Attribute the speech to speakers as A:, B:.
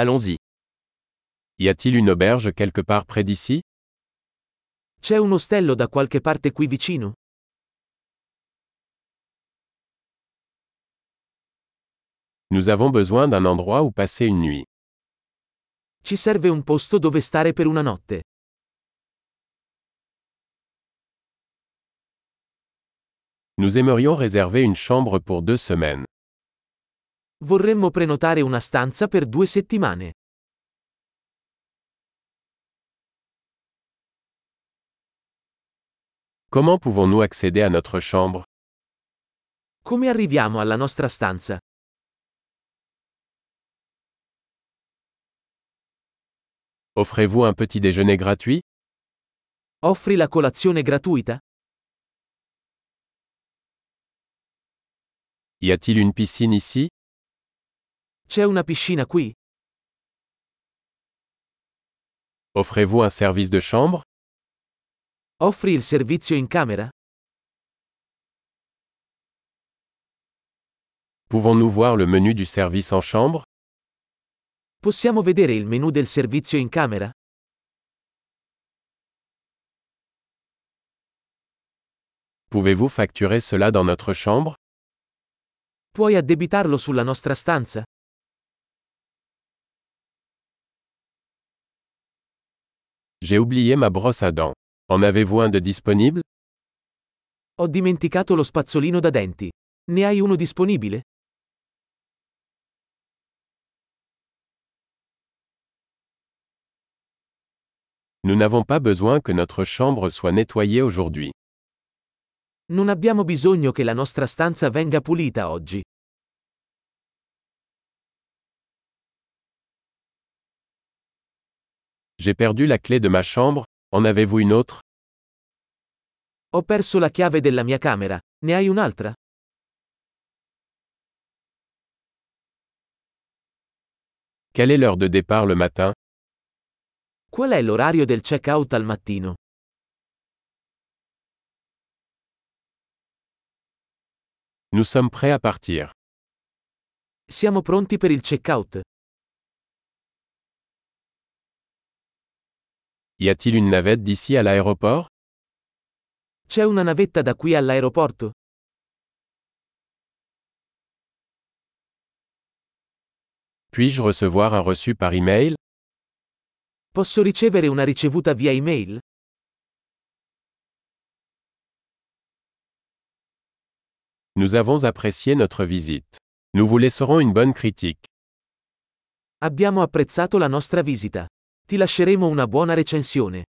A: Allons-y. Y a-t-il une auberge quelque part près d'ici
B: C'è un ostello da qualche parte qui vicino?
A: Nous avons besoin d'un endroit où passer une nuit.
B: Ci serve un posto dove stare per una notte.
A: Nous aimerions réserver une chambre pour deux semaines.
B: Vorremmo prenotare una stanza per due settimane.
A: Comment pouvons-nous accéder à notre chambre
B: Come arriviamo alla nostra stanza?
A: Offrez-vous un petit déjeuner gratuit
B: Offri la colazione gratuita?
A: Y a-t-il une piscine ici
B: C'è una piscina qui?
A: Offrez-vous un service de chambre
B: Offri il servizio in camera?
A: Pouvons-nous voir le menu du service en chambre
B: Possiamo vedere il menu del servizio in camera?
A: Pouvez-vous facturer cela dans notre chambre
B: Puoi addebitarlo sulla nostra stanza?
A: J'ai oublié ma brosse à dents. En avez-vous un de disponible
B: Ho dimenticato lo spazzolino da denti. Ne hai uno disponibile?
A: Nous n'avons pas besoin que notre chambre soit nettoyée aujourd'hui.
B: Non abbiamo bisogno che la nostra stanza venga pulita oggi.
A: J'ai perdu la clé de ma chambre, en avez-vous une autre
B: Ho perso la chiave della mia camera. Ne hai un'altra?
A: Quelle est l'heure de départ le matin
B: Qual è l'orario del check-out al mattino?
A: Nous sommes prêts à partir.
B: Siamo pronti per il check-out.
A: Y a-t-il une navette d'ici à l'aéroport
B: C'è una navetta da qui all'aeroporto?
A: Puis-je recevoir un reçu par email
B: Posso ricevere una ricevuta via email?
A: Nous avons apprécié notre visite. Nous vous laisserons une bonne critique.
B: Abbiamo apprezzato la nostra visita. Ti lasceremo una buona recensione.